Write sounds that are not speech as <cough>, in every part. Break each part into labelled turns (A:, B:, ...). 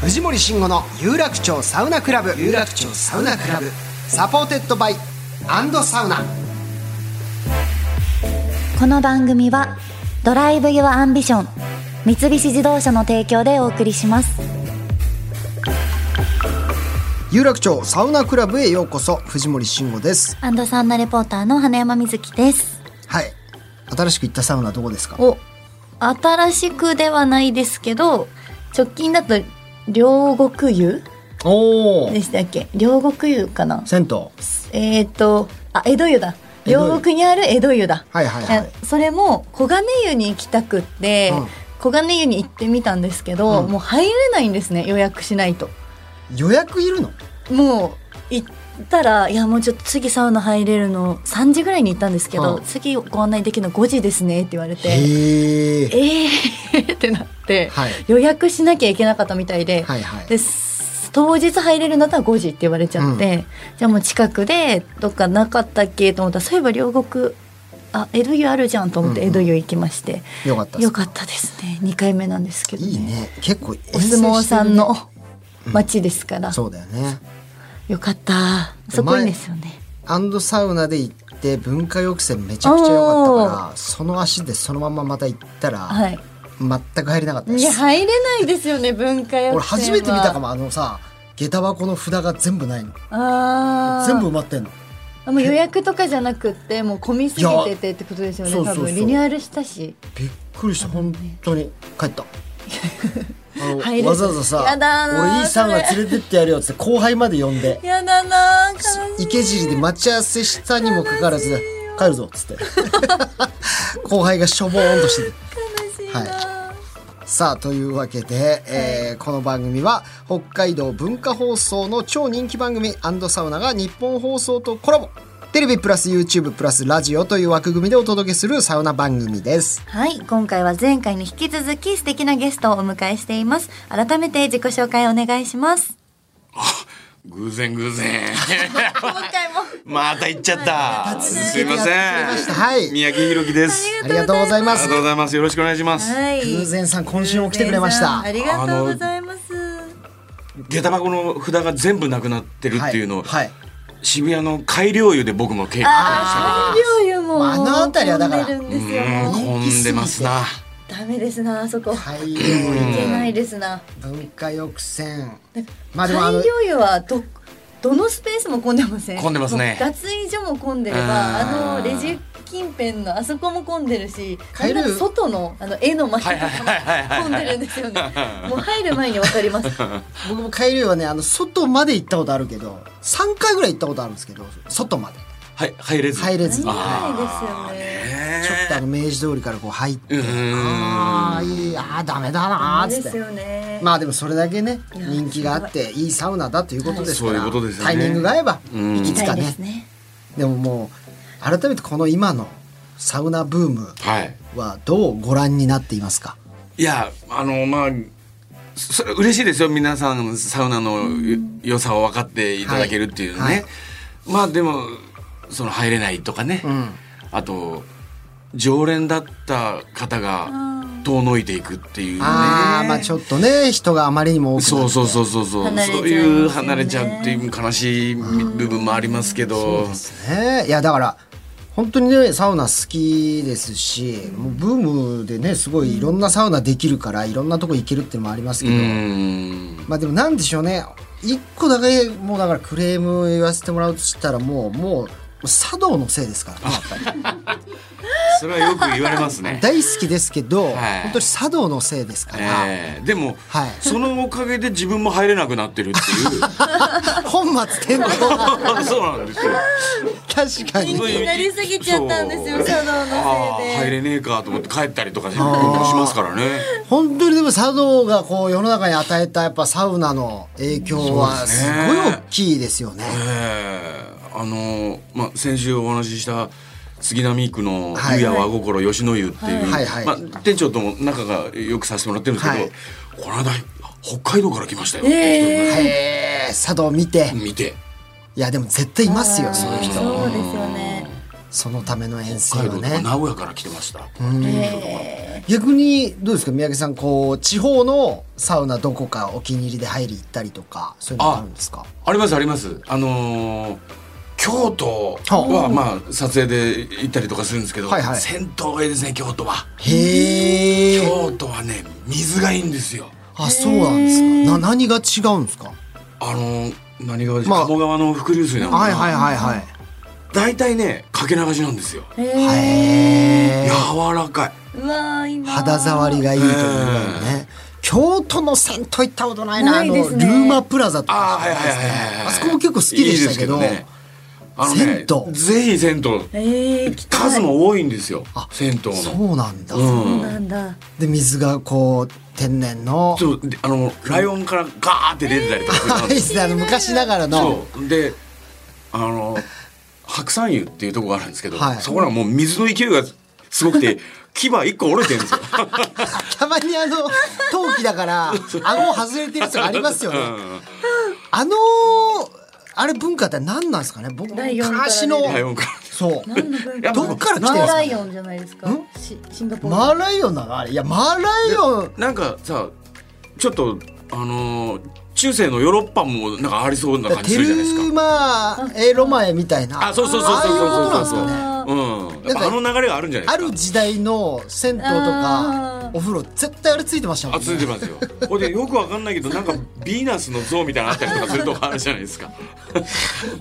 A: 藤森慎吾の有楽町サウナクラブ有楽町サウナクラブサポーテッドバイアンドサウナ
B: この番組はドライブ・ユア・アンビション三菱自動車の提供でお送りします
A: 有楽町サウナクラブへようこそ藤森慎吾です
B: アンドサウナレポーターの花山瑞希です
A: はい新しく行ったサウナどこですか
B: お新しくではないですけど直近だと両国湯
A: お
B: でしたっけ両国湯かな
A: 銭湯
B: えっ、とあ江戸湯だ
A: 江戸湯
B: 両国にある江戸湯だ
A: はいはいはい
B: それも黄金湯に行きたくって、
A: うん
B: 黄金湯に行ってみたんですけど、
A: うん
B: もう入れないんですね予約しないと
A: 予約いるの
B: もう行ったらいやもうちょっと次サウナ入れるの3時ぐらいに行ったんですけ
A: う
B: ど、
A: ん
B: 次ご案内できるの5時ですねって言われて
A: へえ
B: えーってなって、
A: はい
B: 予約しなきゃいけなかったみたいで,、
A: はいはい
B: です当日入れるんだったら5時って言われちゃって、じゃあもう近くでどっかなかったっけと思ったらそういえば両国あ江戸湯あるじゃんと思って
A: うんう
B: 江
A: ん
B: 戸湯行きまして、
A: よかったです
B: よかったですね2回目なんですけどね
A: いいね結構
B: お相撲さん
A: 遠征
B: の
A: して
B: 町ですから、
A: るねそうだよね
B: よかったそこいいですよね
A: アンドサウナで行って文化浴船めちゃくちゃ良かったからその足でそのまままた行ったら、
B: はい
A: 全く入れなかったで
B: い
A: す
B: や入れないですよね文化や
A: 俺初めて見たかもあのさ下駄箱の札が全部ないの
B: ああ
A: 全部埋まってんの
B: もう予約とかじゃなくってもう混みすぎててってことですよね
A: そうそう
B: 多
A: そう
B: 分リニューアルしたし
A: びっくりした本当に帰
B: <laughs>
A: ったあ
B: 入れ
A: のわざわざさ
B: やだな
A: 俺いいサウナ
B: それ
A: 連れてってやるよっつって後輩まで呼んで
B: やだなー悲しい
A: 池尻で待ち合わせしたにもかかわらず帰るぞっつって
B: <laughs>
A: 後輩がしょぼーんとしてて
B: 悲しいな
A: はいさあというわけで、えーこの番組は北海道文化放送の超人気番組サウナが日本放送とコラボテレビプラス YouTube プラスラジオという枠組みでお届けするサウナ番組です
B: はい今回は前回に引き続き素敵なゲストをお迎えしています改めて自己紹介お願いします
C: 偶然偶然 <laughs>
B: 今回も
C: また行っちゃったすいません
A: はい
C: 三宅宏樹です
A: ありがとうございま
C: ありが
A: す
C: とうございますよろしくお願いします
B: はい
A: 偶然さん今週も来てくれました
B: ありがとうございます
C: 下駄箱の札が全部なくなってるっていうのを、
A: はい、はい
C: 渋谷の改良湯で僕も経験
B: あー量よもう
A: あの辺りはだから
B: 混んでるんです
C: う
B: よ
C: ん
B: もう
C: 混んでますな
B: ダメですなあそこ
A: 太
B: いけ
A: 陽
B: ないですな。
A: 文化浴船まあ
B: 大
A: でもあの
B: 量湯はどどのスペースも混んでません。
C: 混んでますね
B: もう脱衣所も混んでれ
C: うん
B: ば、あのレジ近辺のあそこも混んでるし、
A: 帰る
B: なんなら外のあの絵の巻きとかも混んでるんですよね。もう入る前にわかります。
A: 僕も帰るよはねあの外まで行ったことあるけど3回ぐらい行ったことあるんですけど外まで
C: はい入れず
A: 入れずにちょっ
B: ないですよね。
C: ね
A: とあの明治通りからこう入って
C: うーん
A: ああいいあーダメだなーっ
B: あ
A: つ
B: で
A: っ
B: す
A: て
B: よね。
A: まあでもそれだけね
B: いや
A: 人気があっていいサウナだということですから
C: そういうことですよ
A: タ
C: ね
A: イミングが合えば
C: うん
A: いつ
B: 行きた
A: か
B: いで
A: ね
B: すね。
A: でももう改めてこの今のサウナブーム
C: はい
A: はどうご覧になっていますか
C: いやあのまあそそれ嬉しいですよ皆さんサウナのよ良さを分かっていただけるっていうね、
A: はいはい
C: まあでもその入れないとかね、
A: ん
C: あと常連だった方が遠のいていくっていうね
A: ああまあちょっとね人があまりにも多くなって
C: そうそうそうそうそう、
B: 離れちゃいます
C: そ
B: よ
C: う
B: ね
C: いう離れちゃうっていう悲しい部分もありますけど、
A: ねいやだから本当にねサウナ好きですしもうブームでねすごいいろんなサウナできるからいろんなとこ行けるっていうのもありますけ
C: う
A: ど、
C: ん
A: まあでもなんでしょうね一個だけもうだからクレーム言わせてもらうとしたらもうもう茶道のせいですからねやっぱり
C: それはよく言われますね。
A: 大好きですけど、
C: はい
A: 本当に茶道のせい <laughs> ですから、
C: えーでも、
A: はい
C: そのおかげで自分も入れなくなってるっていう
A: 本末転倒
C: <laughs> そうなんですよ
A: 確かに
C: そう
B: になりすぎちゃったんですよ
C: そう
B: 茶道のせいで
C: あー入れねえかと思って帰ったりとかししますからね
A: 本当にでも茶道がこう世の中に与えたやっぱサウナの影響はすごい大きいですよね。
C: えーあのーまあ、先週お話しした杉並区の
A: はい
C: 湯屋和心吉野湯っていう、
A: はいはい
C: まあ、店長とも仲がよくさせてもらってるんですけど、
A: はい
C: この間北海道から来ましたよって人
A: へえ茶道見て
C: が見て
A: いやでも絶対いますよそういう人
B: そうですよね
A: そのための遠征
C: 北海
A: は
C: 道とか
A: ね
C: 名古屋から来てました、
A: 逆にどうですか宮城さんこう地方のサウナどこかお気に入りで入り行ったりとかそういうのあるんですか
C: ありますあります。あのー京都はまあ撮影で行ったりとかするんですけど、
A: はいはい
C: 銭湯がいいですね京都は。
A: へえ
C: 京都はね水がいいんですよ。
A: あそうなんですかな何が違うんですか
C: あのー何川、
A: まあ
C: 鴨川の伏流水なのかな、
A: はいはいはいはい
C: 大体ねかけ流しなんですよ。
A: へえ
C: 柔らかい。
B: うわー今
A: 肌触りがいいというかね京都の銭湯行ったことないな
D: ないですね
A: あのルーマプラザと
C: ああ
A: か
C: はいはいはいはいはい。
A: あそこも結構好きでしたけど
C: いいですね。あのね
A: 銭湯
C: ぜひ銭湯
D: ええー、
C: 数も多いんですよ。銭湯の。
A: そうなんだ、
C: うん
D: なんだ。
A: で水がこう天然の
C: ちょっとであのライオンからガーって出てたりとかする
A: アイスで <laughs> あの昔なが <laughs> らの
C: そうであの白山湯っていうとこがあるんですけど、
A: はい
C: そこらはもう水の勢いがすごくて牙一個折れてるんですよ。
A: たまにあの陶器だから顎外れてるやつがありますよねあのあれ文化って何なんですかね僕
D: ライオンから出
A: 昔
D: る
A: の
C: <laughs> ライオンか
A: そう
C: ら。
A: どっから来てるんで
D: マ
A: す
D: ー
A: か
D: ライオンじゃないですか。シシンガポール。
A: マーライオンなのあれいやマーライオン
C: なんかさちょっとあのー中世のヨーロッパもなんかありそうな感
A: テ
C: じするじゃないですか
A: ル。マエロマエみたいな
C: あそうそうそうそうそうそうそう。
A: あ
C: うん。やっ
A: なんか
C: ぱあの流れがあるんじゃな
A: あ
C: いで
A: る
C: すか。
A: 時代の銭湯とかお風呂絶対あれついてましたもん
C: あ
A: ね
C: ついてますよ。ほんでよくわかんないけどなんかヴィーナスの像みたいなのあったりとかするとこあるじゃないですか。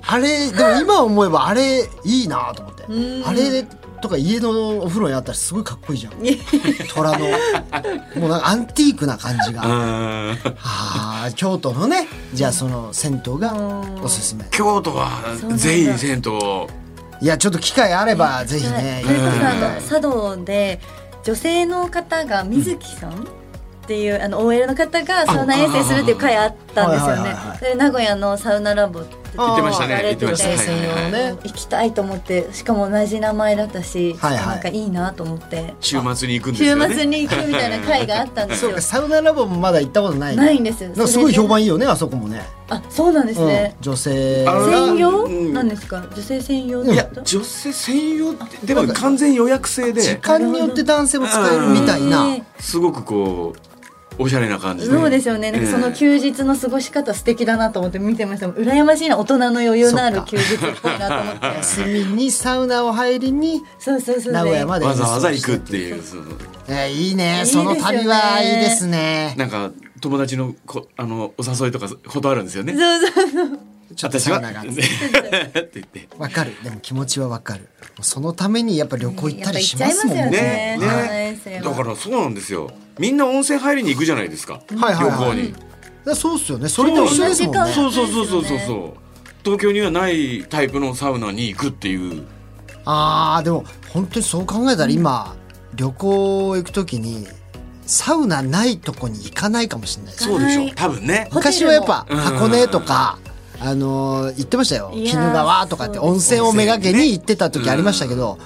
A: あれでも今思えばあれいいなと思ってあれとか家のお風呂にあったらすごいかっこいいじゃん虎のもうなんかアンティークな感じがあ
C: うん
A: あー京都のねじゃあその銭湯がおすすめ
C: 京都はぜひ銭湯。
A: いやちょっと機会あればぜひ
B: はい
A: ね
B: そ
A: 行
B: れ
A: って
B: こ
A: み
B: そあ
A: た
B: の
A: い
B: 茶道で女性の方が水木さん、っていうあの OL の方がサウナ遠征するっていう会あったんです
A: あ
B: よ
A: はいはいは
B: ね
A: いはい。
B: それ名古屋のサウナラボって
A: 行
C: ってました
B: 言わ
C: ね。
B: れ
C: 言ってて
B: て
C: ました。はいはいはい
A: ね
B: 行きたいと思ってしかも同じ名前だったし、
A: はいはい
B: なんかいいなと思って
C: 週末に行くんです
B: 週
C: よね。
B: 末に行くみたいな会があったんで
A: <laughs>
B: す
A: そう
B: よ
A: か。サウナラボもまだ行ったことないね
B: ないんですよ
A: なんかすごい評判いいよねあそこもね
B: あそうなんですね
A: う。ん女性
C: あの
B: 専用、
C: うん
B: なんですか女性専用
C: い
B: で
C: や女性専用ってでも完全予約制
A: 時
C: で
A: 間によって男性も使えるみたいな、
C: すごくこうおしゃれな感じで。
B: そうですよねなんかその
C: ええ
B: 休日の過ごし方素敵だなと思って見てましたもん羨ましいな大人の余裕のある休日っぽいなと思って
A: 休みにサウナを入りに
B: そうそうそう
A: 名古屋まで
C: わざわざ行くっていうその
A: えーいいね
B: いいです
A: そ
B: よ
A: の
B: ね
A: 旅はいいですね
C: なんか友達のこあのお誘いとか断るんですよね。
B: そうそうそう
A: ちょっと
C: 私
A: サ
C: は
A: ウナが
C: って言って。
A: わかるでも気持ちはわかるそのためにやっぱ旅行行ったりしま
B: やっぱ行っちゃい
A: もんね
B: ますすよ
C: ね
B: ね
C: ね
B: はい
C: <laughs> だからそうなんですよみんな温泉入りに行くじゃないですか、
A: はいはいはい
C: 旅行に
A: だそうっすよねそれと一緒ですもん
B: 同じ
A: ね
B: か
C: そうそうそうそうそうそう東京にはないタイプのサウナに行くっていう
A: あーでも本当にそう考えたら今旅行行くときにサウナないとこに行かないかもしれないです
C: そうでしょ多分ね
A: 昔はやっぱ
C: うん
A: 箱根とか、あのー行ってましたよ
B: い
A: 鬼
B: やー
A: 怒川とかって温泉をめがけに行ってた時ありましたけど、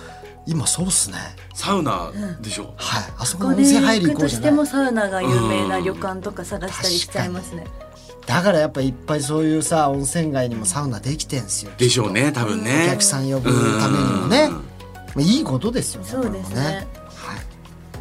A: 今そうっすね
C: サウナでしょ、
A: はいあそこ
B: こ
A: の
B: こ
A: 温
B: で
A: 泉入り
B: 行
A: 行
B: く
A: こう
B: と
A: じゃ
B: し
A: な
B: て
A: い
B: もサウナが有名な旅館とか探したりしちゃいますね
A: だからやっぱいっぱいそういうさ温泉街にもサウナできてんすよ
C: でしょうね多分ね
A: お客さん呼ぶためにもねまあいいことですよね
B: そうですね
A: これもはい、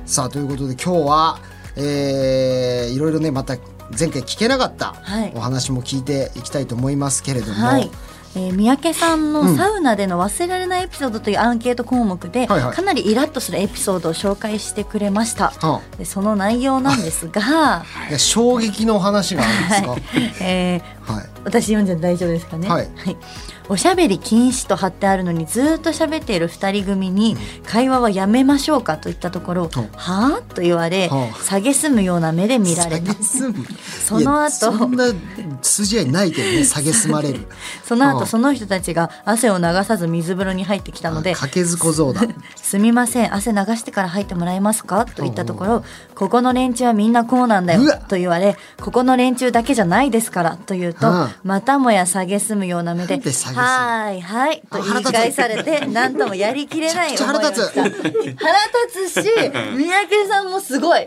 A: さあということで今日はえーいろいろねまた前回聞けなかった
B: はい
A: お話も聞いていきたいと思いますけれども、
B: はい、えー三宅さんのサウナでの忘れられないエピソードというアンケート項目で、
A: はいはい
B: かなりイラッとするエピソードを紹介してくれました、
A: は <laughs>
B: でその内容なんですが、
A: いや衝撃のお話があるんですか、
B: えー
A: はい
B: 私読んじゃ大丈夫ですかね、
A: はい
B: おしゃべり禁止と貼ってあるのにずっと喋っている2人組に会話はやめましょうかと言ったところ
A: うん
B: 「はあ?」と言われ
A: はあ
B: 下げすむような目で見られた
A: 蔑む
B: その後
A: いやそんな筋合いないけどね蔑まれる
B: その
A: はあ
B: 後その人たちが汗を流さず水風呂に入ってきたので
A: かけず小僧だ
B: すみません汗流してから入ってもらえますか?」と言ったところ「ここの連中はみんなこうなんだよ
A: うわ」
B: と言われ「ここの連中だけじゃないですから」と言うと、
A: うん
B: またもや下げすむような目で
A: な
B: 「
A: んで下げすむ
B: はーいはい」と言い返されて何ともやりきれない
A: め
B: 思
A: ちゃくちゃ
B: い
A: 腹
B: を
A: 立つ
B: した腹立つし三宅さんもすごい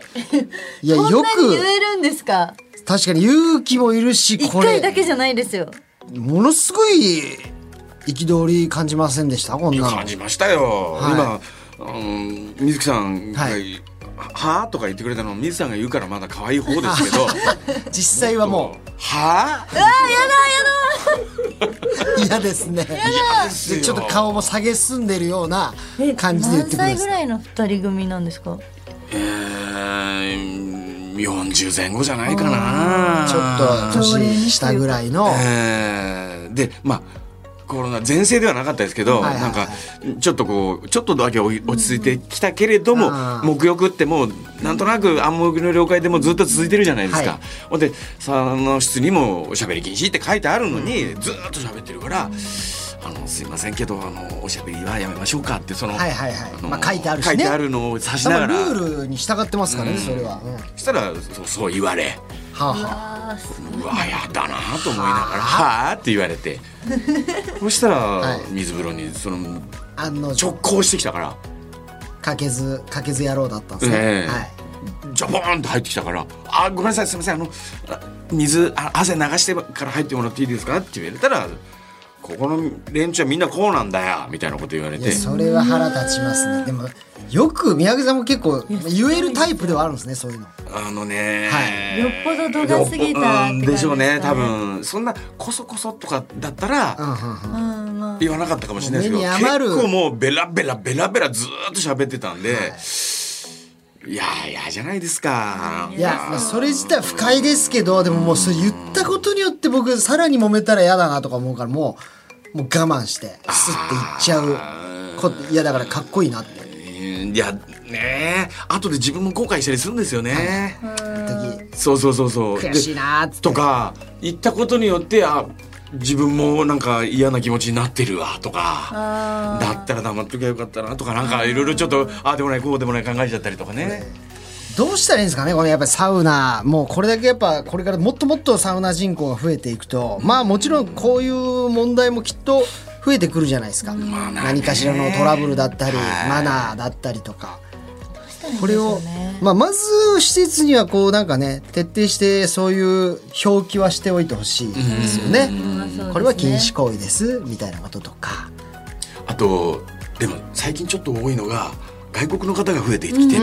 A: いや
B: <laughs> こんな
A: よ
B: に言
A: く
B: えるんですか
A: 確かに勇気もいるし
B: 一
A: こ
B: 回だ
A: れ
B: けじゃないですよ
A: ものすごい憤り感じませんでしたこんなの
C: 感じましたよ、
A: は
C: 今、うん、水木さんが「
A: は
C: はいはとか言ってくれたの水さんが言うからまだ可愛い方ですけど
A: 実際は <laughs> も
C: う「はあ?」
A: う嫌ですね
C: です
A: で
C: よ
A: ちょっと顔も下げすんでるような
B: え
A: 感じで言ってくるん
B: 何歳
A: です
B: ぐらいの二人組なんですか
C: えー、40前後じゃないかな
A: ちょっと年下ぐらいの
C: えーでまあコロナ全盛ではなかったですけど、
A: はいはいはい
C: なんかちょっとこうちょっとだけおい落ち着いてきたけれども、
A: あー
C: 沐浴ってもうなんとなく暗黙の了解でもうずっと続いてるじゃないです
A: は
C: か。ほんでサウナ室にも「おしゃべり禁止」って書いてあるのに、ずーっと喋ってるから「あのすいませんけどあのおしゃべりはやめましょうか」ってその、
A: はいはいはい
C: あの
A: まあ書いてあるしね
C: 書いてあるのを指しな
A: な
C: が
A: んからルールに従ってますからねそれは、うんは
C: そしたらそうそう言われ。
A: あは
B: あーす
C: うわやだなと思いながら「はあ」って言わ
A: <laughs>
C: れてそしたら
A: い
C: 水風呂にその
A: あ案の
C: 直
A: 定
C: 行してきたから
A: かけずかけず野郎だったんですね、
C: ええ
A: はい
C: ジャボーンと入ってきたから「あごめんなさいすみませんあのあ水あ汗流してから入ってもらっていいですか?」って言われたら「ここの連中はみんなこうなんだよ」みたいなこと言われ
A: い
C: て
A: やそれは腹立ちますねでもよく宮城さんも結構言えるタイプではあるんですねそういうの
C: あのね、
A: はい
B: よっぽど度が過ぎたって感じですかね
C: でしょうね多分そんなこそこそとかだったら、
A: うんうんうん
B: うんまあ
C: 言わなかったかもしれないですけど
A: 目に余る
C: 結構もうベラベラベラベラずーっと喋ってたんで、い、やーいやじゃないですか
A: いやまあそれ自体不快ですけどでももうそれ言ったことによって僕さらに揉めたら嫌だなとか思うからもうもう我慢してスッていっちゃうこいやだからかっこいいなって
C: うーんいやねー後で自分も後悔したりするんですよね、
A: 時
C: そうそうそうそう
A: 悔しい
C: で
A: なーっつって
C: とか言ったことによってあ自分もなんか嫌な気持ちになってるわとかだったら黙っときゃよかったなとかなんかいろいろちょっとああでもないこうでもない考えちゃったりとかね
A: どうしたらいいんですかねこのやっぱりサウナもうこれだけやっぱこれからもっともっとサウナ人口が増えていくとまあもちろんこういう問題もきっと増えてくるじゃないですか、
C: まあね
A: 何かしらのトラブルだったり、
C: はい
A: マナーだったりとか
B: したらいいん
A: これを
B: ですよね、
A: まあ、まず施設にはこうなんかね徹底してそういう表記はしておいてほしいですよね
B: あそうですね
A: これは禁止行為ですみたいなこととか
C: あとでも最近ちょっと多いのが外国の方が増えてきて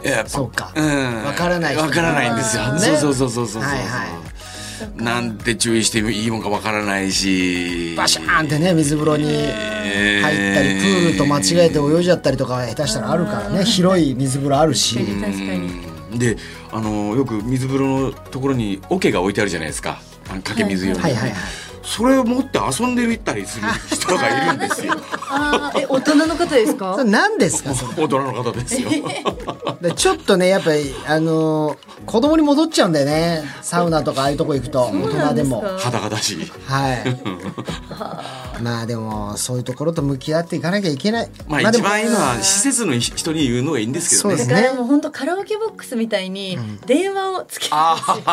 C: て、やっぱ
A: そうか
C: ん
A: わからない人
C: わからないんですよ、
A: ね
C: そうそうそうそうそうそう、
A: はいは
C: なんて注意していいもんかわからないし
A: バシャーンってね水風呂に入ったりプールと間違えて泳いじゃったりとか下手したらあるからね広い水風呂あるし
B: 確かに
C: うんであのよく水風呂のところに桶が置いてあるじゃないですかあのかけ水用に、
A: はいはいはい
C: それを持って遊んでいったりする人がいるんで
A: <laughs>
C: すよ
B: あーえ大人の方ですか
A: それ何ですかそれ
C: 大人の方ですよ
A: でちょっとねやっぱりあのー子供に戻っちゃうんだよねサウナとかああいうとこ行くと大人でも
C: 裸だし
A: はい。まあでもそういうところと向き合っていかなきゃいけない。
C: まあ
A: で
C: 一
A: も
C: 番いいのは施設の人に言うのがいいんですけどね
A: そうです
B: だからもう本当カラオケボックスみたいに電話をつけて、そ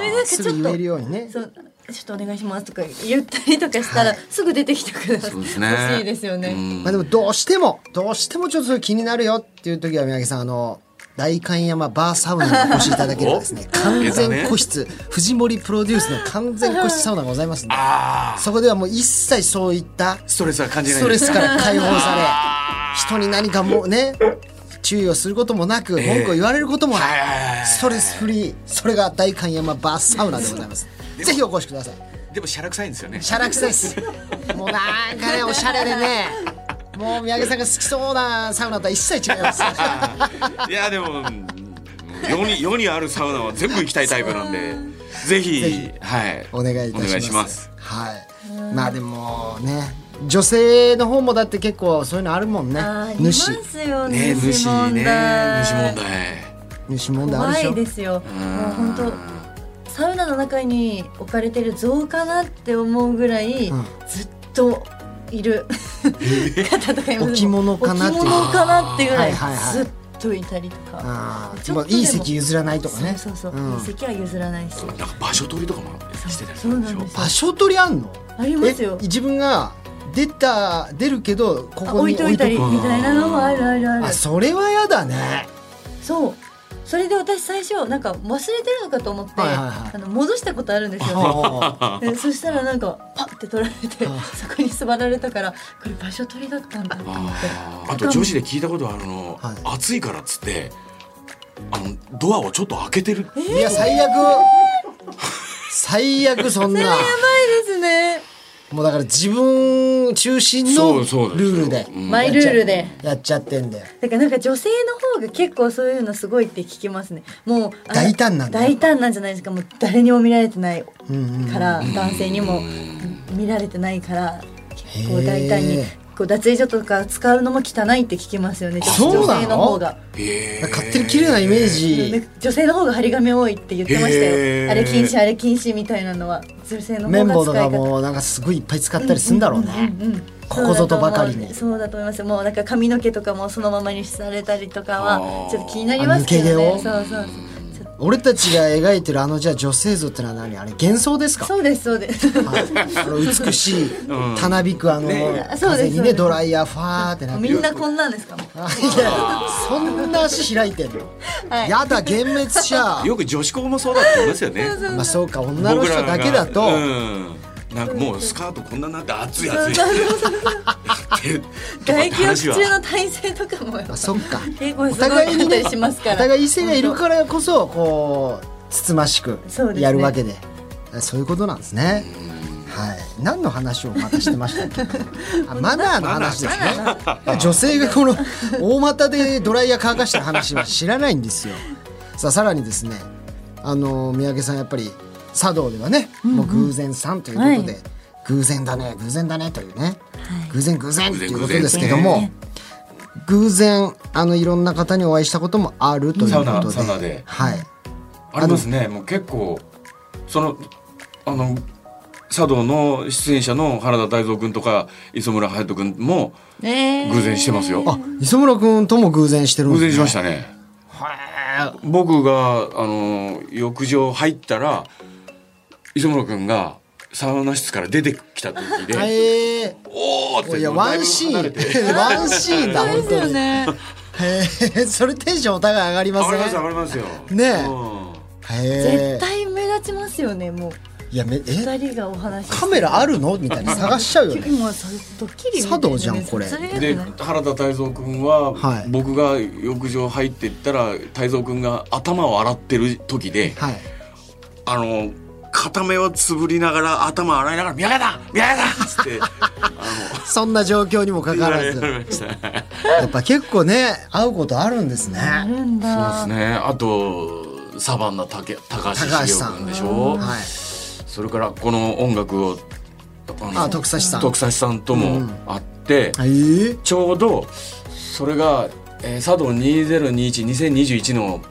B: れなんかち
A: す
B: ょ
A: ぐ言
B: っと
A: えるようにね。
B: そうちょっとお願いしますとか言ったりとかしたら、すぐ出てきてください
C: そうですね
B: 欲しいですよね、
A: まあでもどうしてもどうしてもちょっとそれ気になるよっていう時は宮城さんあの。代官山バーサウナにお越しいただければですね
C: お
A: 完全個室、藤森プロデュースの完全個室サウナがございますんで
C: あ
A: そこではもう一切そういった
C: ーストレスは感じな
A: ス
C: い
A: ト
C: で
A: レ
C: す
A: スから解放され人に何かもうね注意をすることもなく文句を言われることも
C: はいはいはい
A: な
C: はいい
A: ストレスフリーそれが代官山バーサウナでございますぜひお越しください
C: でもしゃらくさいんですよね
A: シャラクセスもうなんかねおしゃれでね
C: <laughs>
A: もう宮城さんが好きそうなサウナとは一切違います
C: いやでもうん世に世にあるサウナは全部行きたいタイプなんでぜひ
A: ぜひ
C: はい
A: お願いいたします
C: お願いします
A: はいまあでもね女性の方もだって結構そういうのあるもんね
B: あーありま
A: 主
B: すよ
C: ねえ
B: ね
C: 主
B: 問
C: ね
B: 題
C: 主問題
A: 主問題あるで
B: 怖
A: し
B: い
A: ょ
B: ですよもう本当サウナの中に置かれてる像かなって思うぐらい、
A: うん
B: ずっといる方とかいます
A: 置物かなって
B: 置物かなってぐらい
A: あーはいはいはい
B: ずっといたりとか
A: あ
B: ち
A: ー
B: ょっ
A: まあ
B: とでも
A: いい席譲らないとかね
B: そうそうそう、
A: ん
B: 席は譲らないし
C: なんか場所取りとかもしてたりす
B: そ
C: る
B: うんな
C: でし
B: ん
C: ょ
B: ですよ
A: 場所取りあんの
B: ありますよ
A: え自分が出た出るけどこ
B: あ
A: こ
B: 置
A: に
B: いといたり
A: 置
B: みたいなのもあるあるある
A: あそれはやだ
C: <laughs>
A: ね
B: そうそれで私最初なんか忘れてるのかと思って、
A: はいはいはい
B: あの戻したことあるんですよ、
A: あ
B: でそしたらなんかパッて取られてそこに座られたからこれ場所取りだったんだと思って
C: あーあと女子で聞いたことあるの、
A: はい
C: 暑いからっつってあのドアをちょっと開けてる、
A: ーいや最悪最悪そん
C: <laughs>
A: な
B: ないですね
A: もうだから自分中心
C: そ
A: のル
C: うそうです
A: ールで
C: うん
B: マイルールで
A: やっちゃってんだよ
B: だからなんか女性の方が結構そういうのすごいって聞きますねもうあ
A: 大胆なんだ
B: 大胆なんじゃないですかもう誰にも見られてないか
A: うんうん
B: ら、男性にも見られてないから結構大胆
A: へ
B: に
A: ー
B: こう脱衣所とか使うのも汚いって聞きますよね
A: そう
B: 女
A: なの
B: 性の方が。
C: へー
A: 勝手に綺麗なイメージ
B: 女性の方が張り紙多いって言ってました
C: へー
B: よあれ禁止あれ禁止みたいなのは女性の
A: 綿棒と
B: 方が使
A: か
B: い方
A: もなんかすごいいっぱい使ったりするんだろうねここぞとばかりに
B: そうだと思いますもうなんか髪の毛とかもそのままにされたりとか
C: あ
B: は
C: ー
B: ちょっと気になりますけどね
A: あ抜け毛を
B: そうそうそうちょっ
A: 俺たちが描いてるあのじゃあ女性像ってのは何あれ幻想です
B: と
A: か
B: そうですそうです
A: <laughs> あの美しいたなびくあの
B: そうで
A: 風
B: す
A: に
B: そう
A: ね
B: です
A: ドライヤーファーってなって
B: みんなこんなんですかも
A: あいやそんな足開いてんの、
B: はい
A: やだ幻滅
B: <laughs>
A: 者、
C: よく女子校もそうだと思いますよね
A: まあ、そうか女の人だけだと、
C: 僕らがうんなんかもうスカートこんなになって暑い暑いって
B: 外気浴
C: 話は
B: 中の体勢とかも
A: まあ、そっか
B: 結構
A: お
B: すごい
A: 互い
B: あ
A: に
B: った
A: ね
B: りしますか
A: お
B: ら
A: 互い異性がいるからこそこうつつましく
B: そうですね
A: やるわけでそういうことなんですねはい何の話をまたしてましたっけ
B: <laughs>
A: あマナーの話ですね女性がこの大股でドライヤー乾かした話は知らないんですよさあさらにですねあの三宅さんやっぱり茶道ではね、もう偶然さんということで、
B: はい
A: 偶然だね偶然だねというね、偶然偶然ということ
C: 偶然
A: ですけども、偶然あのいろんな方にお会いしたこともあるということで、
C: サウナサウナで
A: はい、
C: ありますねもう結構そのあの茶道の出演者の原田泰造君とか磯村隼人君も
D: え
C: 偶然してますよ、
A: あ磯村君とも偶然してるん
C: 偶
A: です、ね、
C: 然しましたね僕があの浴場入ったら磯村君がサウナ室から出てきた時で「
A: へえ
C: おお!」って
A: いやワンシ
C: だいぶ離れて
A: ーン <laughs> ワンシーンだ本当に
B: ね
A: へえそれテンションお互い上がりま
C: 上
A: す
C: が
A: ね
C: ります上がりますよ
A: ねえ
C: うん
A: へえ
B: 絶対目立ちますよねもう
A: いやめえ
B: 二人がお話しして
A: カメラあるのみたいな探しちゃうよね
B: 今さドッキリみたいなね
A: 茶道じゃんこれ
B: そやつ
C: で
B: ない
C: 原田泰造君は、
A: はい
C: 僕が浴場入ってったら泰造君が頭を洗ってる時で
A: はい
C: あの片目をつぶりながら頭洗いながら「宮川だ宮川だ!」っつ
A: <laughs>
C: って
A: そんな状況にもかかわらず
C: 言われましたね
A: やっぱ結構ね会うことあるんですね
B: あるん
C: そう
B: だ
C: ですねあとサバンナ竹高橋
A: 高橋
C: 茂雄
A: さん
C: 君でしょ
A: はい
C: それからこの音楽をの
A: あ徳差さん
C: 徳差さんとも会って、
A: えー、
C: ちょうどそれが、えー、佐渡2021-2021の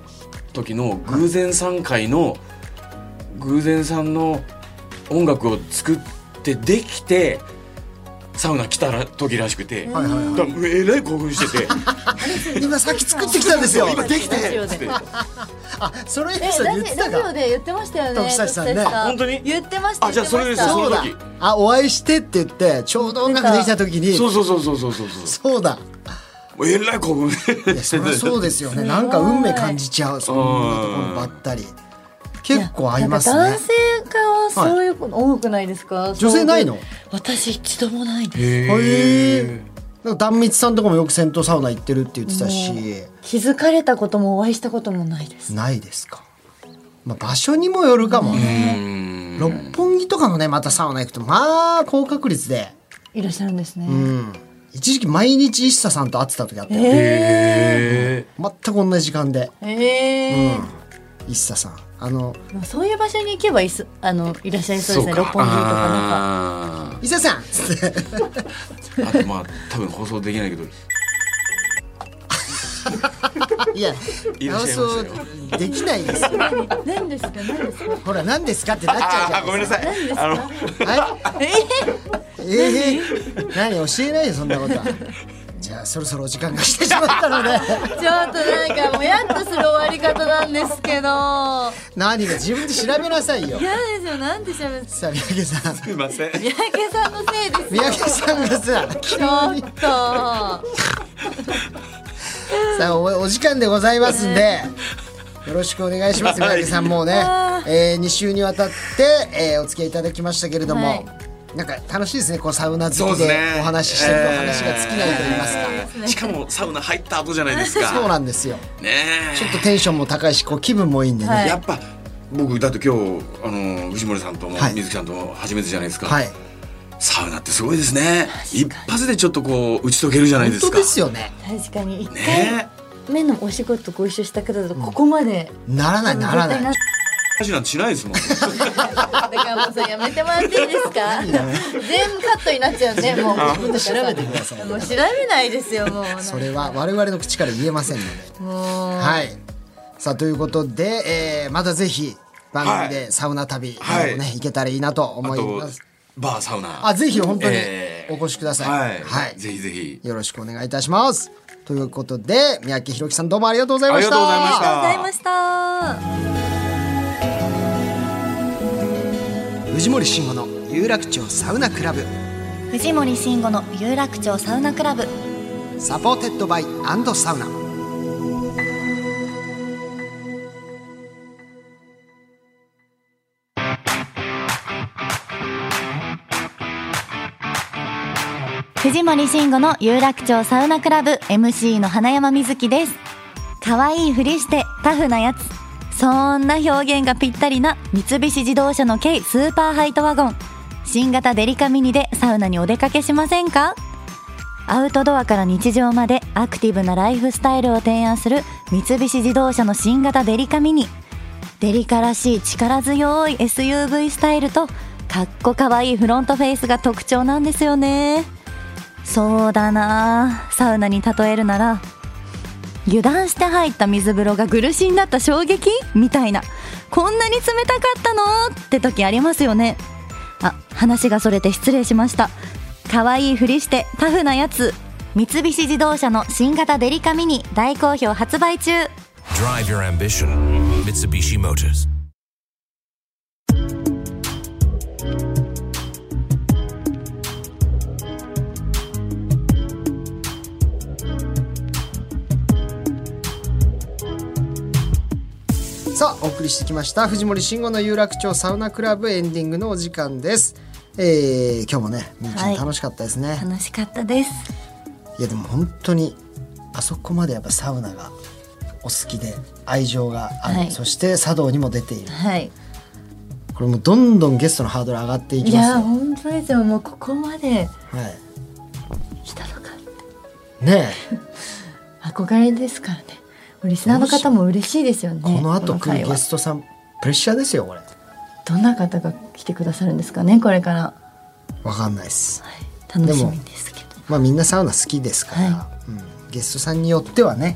C: 時の偶然さん会の、偶然さんの音楽を作ってできてサウナ来たら時らしくて、
A: はいはい
C: だからえらい興奮してて
A: 今さっき作ってきたんですよ
C: 今できて
B: ラジオで
C: つって
A: あそれ
B: え
A: さ言っ
B: ラ
A: て
B: ジ
A: た
B: ラジ
A: か
B: オで言ってましたよね
A: 徳久さんね
B: 徳久
C: 本当に
B: 言ってました
C: あじゃあそれです
B: 言ってまし
A: そうだ
C: その時
A: あお会いしてって言ってちょうど音楽できた時に
C: そうそうそうそうそうそうそ
A: そうだ
C: うえらい興
A: い
C: 奮
A: や
C: し
A: そ
C: て
A: りゃ
C: て
A: そうですよねなんか運命感じちゃうそんなところばったり結構合います
B: なん
A: ね
B: か男性側そういうこと多くないですか
A: 女性ないの
B: 私一度もないです
C: へ
A: へ
C: ー
A: えなんか壇蜜さんとかもよく銭湯サウナ行ってるって言ってたし
B: 気づかれたこともお会いしたこともないです
A: ないですか、まあ、場所にもよるかもね
C: うん
A: 六本木とかのねまたサウナ行くとまあ高確率で
B: いらっしゃるんですね
A: うん一時期毎日 i s さんと会ってた時あったよ、
C: へえ
A: 全く同じ時間で
E: ええ
A: 一茶さんあの
E: でもそういう場所に行けばいすあのいらっしゃいそうですね六本木とかなんか
A: 「
C: あ
A: 一茶さん!」っ <laughs> つって
C: ーあとまあ多分放送できないけど
A: 「いや
C: いらっ
A: 放
C: しゃいました
A: 送
C: よ
A: できないですよ
E: 何ですか何ですか
A: ほら何ですか?」ってなっちゃうじゃ
C: あーごめんなさい <laughs> あの
A: はい。ええ何教えないよそんなことは。じゃあそろそろお時間が来てしまった
C: <laughs>
A: ので
E: ちょっとなんかもやっとする終わり方なんですけど
A: 何が自分で調べなさいよ。
E: 嫌ですよなんでしゃべ
A: さあ三宅さん。
C: すいません
E: 三宅さんのせいです
A: 三
E: よ
A: 宅さんがさ急
E: ちょ
A: に
E: っと
A: さあおお時間でございますんで。よろしくお願いします三宅さんもうね、えー、2週にわたって、えーお付き合いいただきましたけれども、
E: はい
A: なんか楽しいですねこうサウナ
C: そ
A: 好
C: う
A: き
C: です
A: で
C: ね
A: お話ししてると話が尽きないと言いますか、
C: かしかもサウナ入った後じゃないですか
A: そうなんですよ
C: ねえ
A: ちょっとテンションも高いしこう気分もいいんでね、
E: はい
C: やっぱ僕だって今日あの藤森さんとも
A: はい
C: 水木さんとも初めてじゃないですか、
A: はい
C: サウナってすごいですね一発でちょっとこう打ち解けるじゃないで
A: 本
C: す
A: 当
C: か
A: ですよね
E: 確かに一回
C: ねえ
E: 目のお仕事ご一緒した方だとここまで
A: ならないならない
C: 話なんてしな
A: <laughs>
C: いですもん
E: だからもうそれやめてもらっていいです
A: <laughs>
E: か全部カットになっちゃうねもう
A: 自分で調べてください
E: もう調べないですよもう
A: それは我々の口から言えませんので。はい。さあということで、えーまたぜひ番組
C: は
A: でサウナ旅、
C: はい
A: などね行けたらいいなと思
C: あ
A: いま
C: と
A: す。
C: バーサウナ
A: あぜひ本当に
C: ええ
A: お越しください。
C: はい、
A: はい。
C: ぜひぜひ
A: よろしくお願いいたします。ということで三宅宏樹さんどうもありがとうござい
C: あ
A: ま
C: り
A: し
C: が
A: た。
C: とうございま
E: ありがとうございま
C: し
E: した
A: 藤森慎吾の有楽町サウナクラブ
E: 藤森慎吾の有楽町サウナクラブ
A: サポーテッドバイアンドサウナ。
E: 藤森慎吾の有楽町サウナクラブ MC の花山瑞希です可愛いふりしてタフなやつそんな表現がぴったりな三菱自動車の軽スーパーハイトワゴン新型デリカミニでサウナにお出かけしませんかアウトドアから日常までアクティブなライフスタイルを提案する三菱自動車の新型デリカミニデリカらしい力強い SUV スタイルとかっこかわいいフロントフェイスが特徴なんですよねそうだなあサウナに例えるなら油断して入った水風呂が苦しんだった衝撃みたいなこんなに冷たかったのって時ありますよねあ話がそれて失礼しました可愛いふりしてタフなやつ三菱自動車の新型デリカミニ大好評発売中
F: Drive your ambition. Mitsubishi Motors.
A: さあお送りしてきました藤森慎吾の有楽町サウナクラブエンディングのお時間です。えー、今日もねみーちゃ
E: は
A: ん
E: い
A: 楽しかったですね。
E: 楽しかったです
A: いやでも本当にあそこまでやっぱサウナがお好きで愛情がある、
E: はい
A: そして茶道にも出ている
E: はい
A: これもうどんどんゲストのハードル上がっていき
E: い
A: ますよ
E: や本当ですよもうここまで
A: は
E: 来たのか
A: い、ねえ
E: 憧れですからねリスナーの方も嬉しいですよね
A: この後
E: この
A: 来
E: 回
A: る
E: は
A: ゲストさんプレッシャーですよこれ
E: どんな方が来てくださるんですかねこれから
A: わかんないです
E: 楽しみですけど
A: まあみんなサウナ好きですから、
E: は
A: うん、ゲストさんによってはね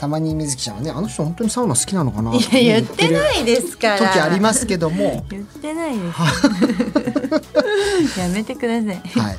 A: たまに水木ちゃんはねあの人本当にサウナ好きなのかなって
E: いや言ってないですから
A: 時ありますけども
E: <laughs> 言ってないで
A: <laughs>
E: すやめてください
A: はい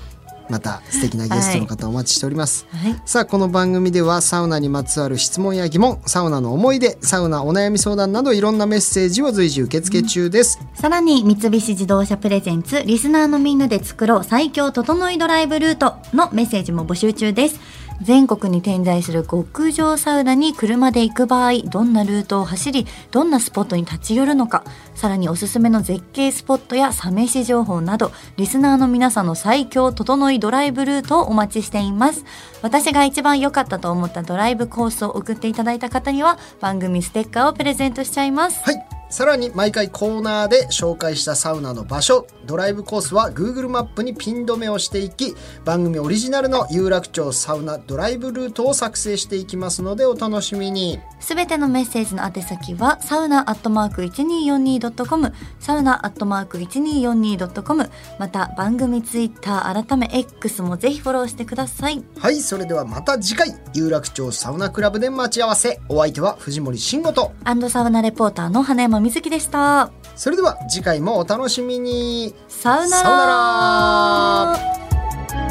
A: また素敵なゲストの方お待ちしております、
E: はい
A: さあこの番組ではサウナにまつわる質問や疑問サウナの思い出サウナお悩み相談などいろんなメッセージを随時受付中です、
E: さらに三菱自動車プレゼンツリスナーのみんなで作ろう最強整いドライブルートのメッセージも募集中です全国に点在する極上サウナに車で行く場合どんなルートを走りどんなスポットに立ち寄るのかさらにおすすめの絶景スポットやサ飯情報などリスナーの皆さんの最強整いドライブルートをお待ちしています私が一番良かったと思ったドライブコースを送っていただいた方には番組ステッカーをプレゼントしちゃいます
A: はいさらに毎回コーナーで紹介したサウナの場所ドライブコースは Google マップにピン止めをしていき番組オリジナルの有楽町サウナドライブルートを作成していきますのでお楽しみに
E: すべてのメッセージの宛先は、サウナアットマーク 1242.com、サウナアットマーク 1242.com、また番組ツイッター改め X もぜひフォローしてください。
A: はいそれではまた次回有楽町サウナクラブで待ち合わせお相手は藤森慎吾と
E: アンドサウナレポーターの花山瑞希でした。
A: それでは次回もお楽しみに
E: サウナ
A: さよなら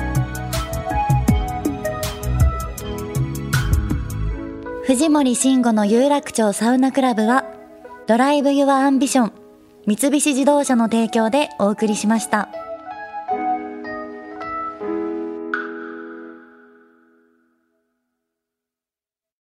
E: 藤森慎吾の有楽町サウナクラブは、ドライブ・ユア・アンビション、三菱自動車の提供でお送りしました。